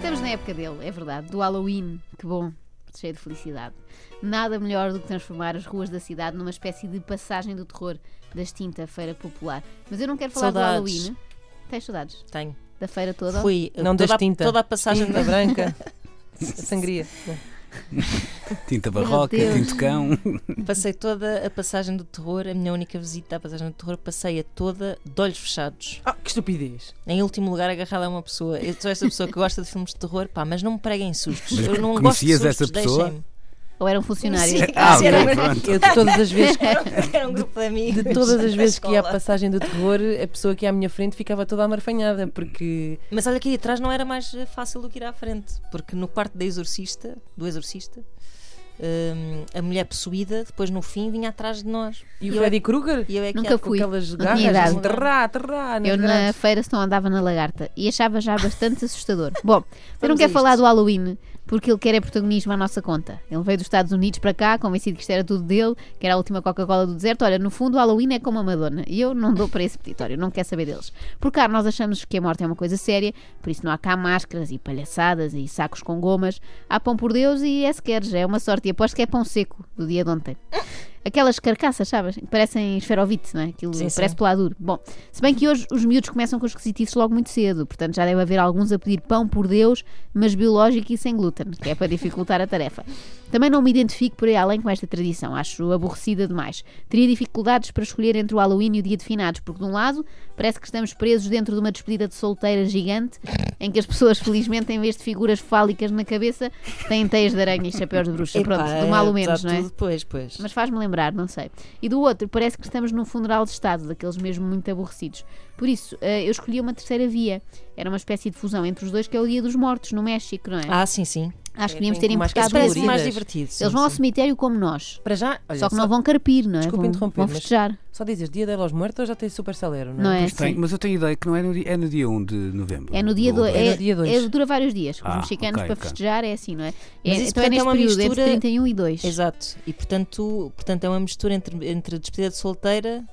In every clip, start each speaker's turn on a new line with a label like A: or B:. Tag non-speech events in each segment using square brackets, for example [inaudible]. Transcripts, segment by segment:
A: Pescadelo, é verdade, do Halloween, que bom, cheio de felicidade. Nada melhor do que transformar as ruas da cidade numa espécie de passagem do terror das tinta feira popular. Mas eu não quero falar
B: Saudades.
A: do Halloween. Tens saudades?
B: Tenho.
A: Da feira toda?
B: Fui
C: Não
B: toda,
C: das
B: a-
C: tinta.
B: toda a passagem da
C: [laughs] Tinta
A: [laughs]
B: branca.
C: branca, sangria.
D: Tinta barroca,
A: Deus.
D: tinto cão.
B: Passei toda a passagem do terror, a minha única visita à passagem do terror, passei-a toda de olhos fechados.
C: Ah, que estupidez.
B: Em último lugar, agarrada a uma pessoa. Eu sou esta pessoa que gosta de filmes de terror, pá, mas não me preguem sustos.
D: Mas
B: Eu não gosto de
D: conhecias
B: sustos,
D: essa pessoa?
B: deixem-me.
C: [laughs]
A: Ou era um funcionário? [laughs]
B: Sim.
D: Ah,
B: Sim, era
D: ok,
B: branca.
D: pronto.
C: Eu de todas as vezes,
B: Era um grupo
A: [laughs]
B: de amigos.
C: de todas as
B: da
C: vezes que ia à
B: escola.
C: passagem do terror, a pessoa que ia à minha frente ficava toda amarfanhada, porque
B: Mas olha que aí atrás não era mais eh, fácil do que ir à frente, porque no quarto da exorcista, do exorcista, hum, a mulher possuída, depois no fim, vinha atrás de nós.
C: e
B: Eu
C: o
B: é-
C: Freddy Krueger
B: E eu é que
A: Nunca
B: era-
C: com
A: fui.
C: aquelas
A: Não tinha
C: garras, assim,
A: idade.
C: terrá, terrá, nas
A: Eu na
C: grades.
A: feira se não andava na lagarta e achava já bastante assustador. [laughs] Bom, eu não
B: Vamos a
A: quero falar
B: isto.
A: do Halloween porque ele quer é protagonismo à nossa conta. Ele veio dos Estados Unidos para cá, convencido que isto era tudo dele, que era a última Coca-Cola do deserto. Olha, no fundo, o Halloween é como a Madonna e eu não dou para esse peditório, não quero saber deles. Por cá, nós achamos que a morte é uma coisa séria, por isso não há cá máscaras e palhaçadas e sacos com gomas. Há pão por Deus e é sequer, já é uma sorte. E aposto que é pão seco do dia de ontem. Aquelas carcaças, sabes? Que Parecem esferovite, não é? Aquilo
B: Sim, sim.
A: parece peladuro. Bom, se bem que hoje os miúdos começam com os esquisitices logo muito cedo, portanto já deve haver alguns a pedir pão por Deus, mas biológico e sem glúten, que é para dificultar a tarefa. Também não me identifico por aí além com esta tradição, acho aborrecida demais. Teria dificuldades para escolher entre o Halloween e o dia de finados, porque de um lado parece que estamos presos dentro de uma despedida de solteira gigante, em que as pessoas felizmente em vez de figuras fálicas na cabeça têm teias de aranha e chapéus de bruxa.
B: Epá,
A: é Pronto, do mal ou menos,
B: apesar
A: não
B: de
A: é?
B: tudo, Pois, pois.
A: Mas faz-me lembrar, não sei. E do outro, parece que estamos num funeral de Estado, daqueles mesmo muito aborrecidos. Por isso, eh, eu escolhi uma terceira via. Era uma espécie de fusão entre os dois, que é o Dia dos Mortos, no México, não é?
B: Ah, sim, sim.
A: Acho que devíamos
C: é,
A: ter
C: tem mais
A: importado
C: coisas
A: isso.
B: Parece
C: Coloridas.
B: mais divertido. sim,
A: Eles vão ao
B: sim.
A: cemitério como nós.
C: Para já, olha,
A: só que
C: só,
A: não vão carpir, não é?
C: Desculpa
A: vão,
C: interromper,
A: Vão
C: mas-
A: festejar,
C: só dizes Dia de los Muertos já tem super salero, não é?
A: não é?
D: Tem,
A: Sim.
D: mas eu tenho ideia que não é no dia, é no dia 1 de novembro.
A: É no dia
D: Do-
A: 2.
C: É no dia dois.
A: dura vários dias.
D: Ah,
A: os mexicanos
D: ok,
A: para
D: ok.
A: festejar é assim, não é? é
B: isso,
A: então é
B: portanto, é
A: neste
B: uma
A: período, entre
B: mistura-
A: 31 e 2.
B: Exato. E portanto, portanto é uma mistura entre, entre despedida de solteira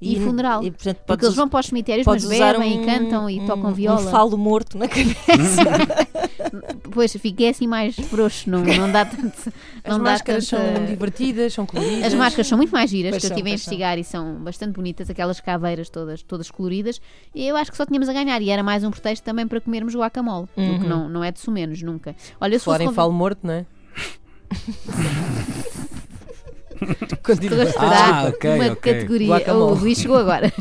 A: E funeral.
B: e, portanto, podes
A: Porque eles
B: usar-
A: vão para os cemitérios, mas
B: podes usar
A: bebem
B: um-
A: e cantam e
B: um-
A: tocam viola.
B: Um falo morto na cabeça. [laughs]
A: Pois, fiquei assim mais frouxo, não, não
C: [laughs]
A: dá tanto.
C: As
A: não dá
C: máscaras
A: tanta-
C: são divertidas, são coloridas.
A: As máscaras são muito mais giras,
B: Pois
A: que eu
B: são,
A: estive a
B: pois são.
A: investigar e são bastante bonitas, aquelas caveiras todas, todas coloridas. E eu acho que só tínhamos a ganhar. E era mais um pretexto também para comermos guacamole,
D: Uhum.
A: o que não, não é de sumenos nunca. Olha, eu se fosse
C: Falar em
A: convidada- [laughs]
C: falo morto, não é?
A: Estou
C: Continua.
A: a estudar
D: Ah, ok,
A: uma
D: ok.
A: categoria.
C: Guacamole.
A: Oh, o Luís
D: [laughs]
A: chegou agora.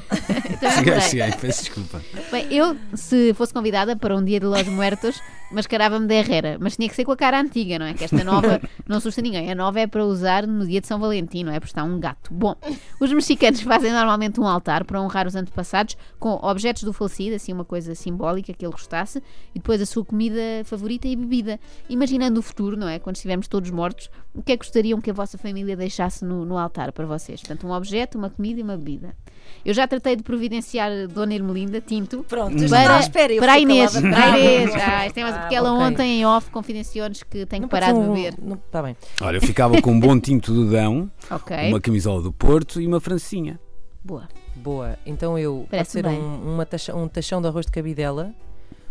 A: Então,
D: Cheguei,
A: adorei.
D: cheguei, peço desculpa.
A: Bem, eu, se fosse convidada para um dia de Los Muertos, mascarava-me de Herrera, mas tinha que ser com a cara antiga, não é? Que esta nova não assusta ninguém. A nova é para usar no dia de São Valentim, não é? Porque está um gato. Bom, os mexicanos fazem normalmente um altar para honrar os antepassados com objetos do falecido, assim, uma coisa simbólica que ele gostasse, e depois a sua comida favorita e bebida. Imaginando o futuro, não é? Quando estivermos todos mortos, o que é que gostariam que a vossa família deixasse no, no altar para vocês? Portanto, um objeto, uma comida e uma bebida. Eu já tratei de providenciar Dona Ermelinda Tinto
B: Pronto,
A: para,
B: está à espera. eu
A: para a
B: fico
A: Inês,
B: calada.
A: para a Inês.
B: Ah,
A: Ah, isto é mais
C: Ah,
A: porque ela
C: ok.
A: ontem em off confidenciou-nos que tem que
C: Não pode
A: parar de
C: ser um-
A: beber.
C: não- Tá bem.
D: Olha, eu ficava com um bom tinto do Dão,
A: Ok,
D: uma camisola do Porto e uma francinha.
A: boa.
C: Boa. Então eu pode
A: Parece
C: ser
A: bem.
C: um, uma tacha- um tachão de arroz de cabidela,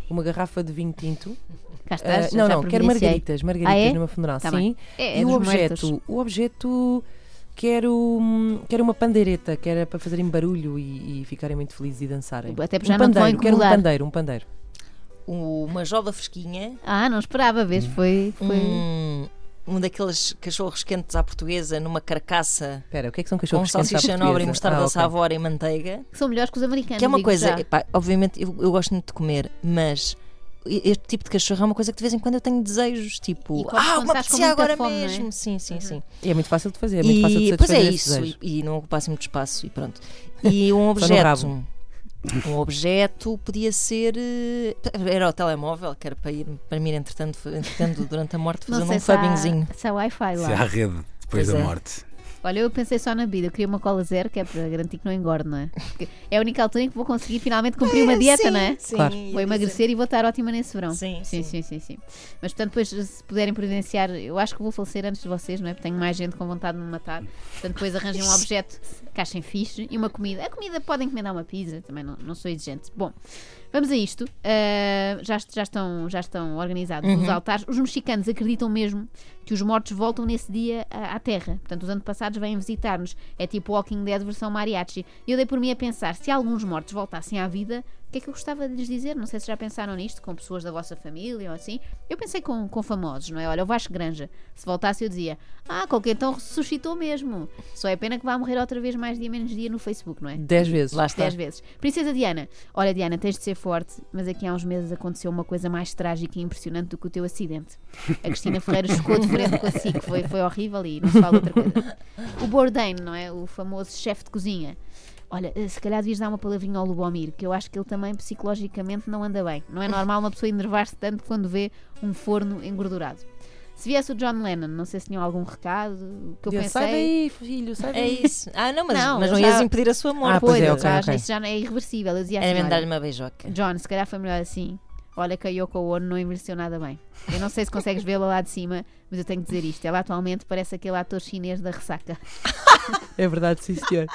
C: uma garrafa de vinho tinto.
A: Cá
C: ah,
A: estás,
C: não,
A: já
C: não, quero
A: providenciei.
C: margaritas, margaritas
A: Ah, é?
C: numa funeral,
A: Tá
C: sim.
A: bem. É, é
C: e o
A: dos
C: objeto,
A: muertos.
C: o objeto quero, quero uma pandeireta, que era para fazerem barulho e, e ficarem muito felizes e dançarem.
A: Até porque
C: um
A: já não te vão
C: pandeiro, quero um
A: incomodar.
C: pandeiro, um pandeiro.
B: Uma jola fresquinha,
A: Ah, não esperava, vês? Foi. foi...
C: Hum.
B: um, um daqueles cachorros quentes à portuguesa numa carcaça.
C: Espera, o que é que são
B: Com um
C: cachorros quentes à
B: salsicha nobre e
C: portuguesa?
B: mostarda
C: Ah,
B: à
C: ok.
B: savora e manteiga.
A: Que são melhores que os americanos.
B: Que é uma
A: digo
B: coisa,
A: já.
B: epá, obviamente eu, eu gosto muito de comer, mas este tipo de cachorro é uma coisa que de vez em quando eu tenho desejos,
A: E
B: tipo,
A: quando
B: ah,
A: quando
B: uma
A: estás com
B: apetecia
A: muita
B: agora
A: fome, não é?
B: mesmo. Sim, sim, sim.
C: E é muito fácil de fazer, é muito fácil de
B: E, pois
C: satisfazer
B: é
C: esse
B: isso,
C: desejo.
B: e, e não ocupasse muito espaço, e pronto. E um
C: [laughs] no
B: objeto.
C: rabo.
B: Um objeto podia ser. eh, Era o telemóvel, que era para, ir, para mim, entretanto, entretanto, durante a morte, fazer
A: [laughs] Não sei
B: um
A: se há-
B: fabinzinho.
A: se há Wi-Fi
D: Se
A: lá.
D: há rede depois
B: Pois
D: da
B: é.
D: morte.
A: Olha, eu pensei só na vida. Eu queria uma cola zero, que é para garantir que não engordo, não é? Porque é a única altura em que vou conseguir finalmente cumprir uma dieta,
B: [laughs] Sim,
A: não é?
B: Sim,
C: Claro.
B: ia
A: Vou
B: dizer.
A: emagrecer e vou estar ótima nesse verão.
B: Sim,
A: sim, sim,
B: sim.
A: sim. sim. Mas portanto, depois, se puderem providenciar, eu acho que vou falecer antes de vocês, não é? Porque tenho mais gente com vontade de me matar. Portanto, depois arranjem um objeto que achem fixe e uma comida. A comida podem encomendar uma pizza, também não, não sou exigente. Bom, Vamos a isto. Ah, já, est- já estão, já estão organizados os altares. Os mexicanos acreditam mesmo que os mortos voltam nesse dia ah, à, à Terra. Portanto, os antepassados vêm visitar-nos. É tipo Walking Dead versão mariachi. E eu dei por mim a pensar, se alguns mortos voltassem à vida, o que é que eu gostava de lhes dizer? Não sei se já pensaram nisto, com pessoas da vossa família ou assim. Eu pensei com, com famosos, não é? Olha, o Vasco Granja. Se voltasse eu dizia, ah, Coquetão ressuscitou mesmo. Só é pena que vá morrer outra vez mais dia menos dia no Facebook, não é?
C: 10 vezes.
B: Lá está.
A: 10 vezes. Princesa Diana, olha Diana, tens de ser forte, mas aqui há uns meses aconteceu uma coisa mais trágica e impressionante do que o teu acidente. A Cristina Ferreira chocou de frente consigo, foi, foi horrível e não se fala outra coisa. O Bourdain, não é? O famoso chefe de cozinha. Olha, eh, se calhar devias dar uma palavrinha ao Lubomir, que eu acho que ele também psicologicamente não anda bem. Não é normal uma pessoa enervar-se tanto quando vê um forno engordurado. Se viesse o John Lennon, não sei se tinham algum recado, o que eu
C: Dia, Sai
A: pensei.
C: daí, filho, sai
B: É
C: daí.
B: isso. Ah, não, mas
A: Não,
B: não, mas não
A: já-
B: ias impedir a sua morte.
C: Ah, pois é, ok,
A: já-
C: ok.
A: Isso já não é irreversível. Eu dizia
B: Era
A: assim,
B: mesmo
A: olha,
B: dar-lhe uma beijoca.
A: John, se calhar foi melhor assim. Olha que a Yoko Ono não envelheceu nada bem. Eu não sei se consegues vê-la lá de cima, mas eu tenho que dizer isto. Ela atualmente parece aquele ator chinês da ressaca.
C: É verdade, sim,
A: [laughs]
C: senhor.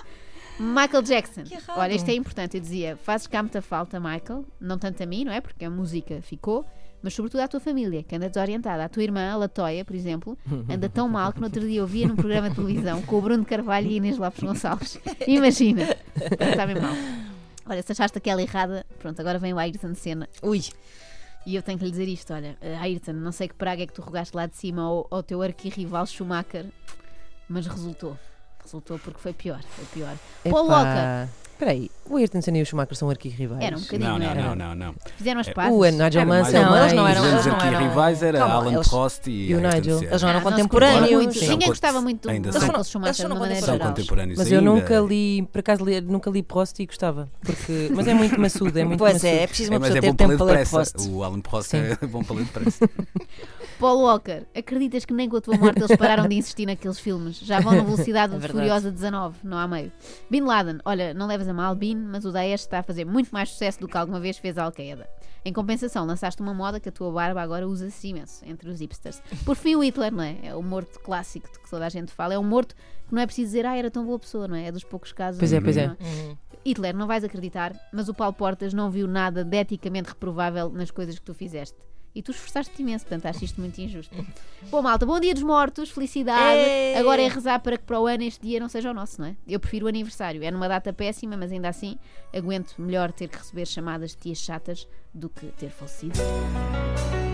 A: Michael Jackson.
B: Que errado.
A: Olha, isto é importante. Eu dizia, fazes cá muita falta, Michael. Não tanto a mim, não é? Porque a música ficou. Mas sobretudo à tua família, que anda desorientada. A tua irmã, a Latoya, por exemplo, anda tão mal que no outro dia eu via num programa de televisão com o Bruno Carvalho e a Inês Lopes Gonçalves. Imagina. Ela Está bem mal. Olha, se achaste aquela errada, pronto, agora vem o Ayrton Senna.
B: Ui,
A: E eu tenho que lhe dizer isto: olha, eh, Ayrton, não sei que praga é que tu rogaste lá de cima ao, ao teu arquirrival Schumacher, mas resultou. Resultou porque foi pior, foi pior. Paul
C: Epá.
A: Walker,
C: Espera aí, o Ayrton Senna e o Schumacher são arquirrivais.
A: era um bocadinho,
D: Não, não,
A: era?
D: não, não, não.
A: Fizeram as
D: É,
A: pazes.
C: O Nigel
D: Era mais
C: Mansell.
D: ou
B: Não, eles não
D: menos.
B: eram-
D: Os
B: eles Ah, não
D: anos
B: eram-
D: rivais era
B: Calma,
D: Alan
B: eles-
D: Prost e
C: e o
D: Ayrton
C: Nigel.
D: Senna.
B: eles não eram
A: Ah, não se
B: contemporâneos.
A: contemporâneos.
D: Sim.
A: Ninguém
D: São
A: gostava
D: cont-
A: muito do
D: ainda
A: do
D: são-
A: Michael
B: eles
A: Schumacher,
B: são
A: de uma maneira
B: Era
D: São
A: geral.
D: contemporâneos
C: Mas eu
D: ainda.
C: nunca li, por acaso li- nunca li Prost e gostava. Porque, mas é muito maçudo, é muito
B: pois
C: maçudo.
B: é, é preciso uma
D: É, mas
B: pessoa
D: é
B: ter
D: bom
B: tempo
D: para
B: para
D: ler
B: ler
D: depressa.
B: post.
D: O Alan Prost
C: Sim.
D: é bom para ler depressa.
A: Paul Walker, acreditas que nem com a tua morte eles pararam de insistir naqueles filmes? Já
D: [laughs]
A: vão na velocidade
B: É verdade.
A: furiosa 19, não há meio. Bin Laden, olha, não leves a mal, Bin, mas o Daesh está a fazer muito mais sucesso do que alguma vez fez a Al-Qaeda. Em compensação, lançaste uma moda que a tua barba agora usa-se imenso entre os hipsters. Por fim, o Hitler, não é? É o morto clássico de que toda a gente fala. É um morto que não é preciso dizer, ah, era tão boa pessoa, não é? É dos poucos casos.
C: Pois é, pois é.
A: não
B: Uhum.
A: Hitler, não vais acreditar, mas o Paulo Portas não viu nada de eticamente reprovável nas coisas que tu fizeste. E tu esforçaste-te imenso, portanto acho isto muito injusto. Bom, malta, bom dia dos mortos, felicidade.
B: Ei!
A: Agora é rezar para que para o ano este dia não seja o nosso, não é? Eu prefiro o aniversário. É numa data péssima, mas ainda assim aguento melhor ter que receber chamadas de tias chatas do que ter falecido.
D: É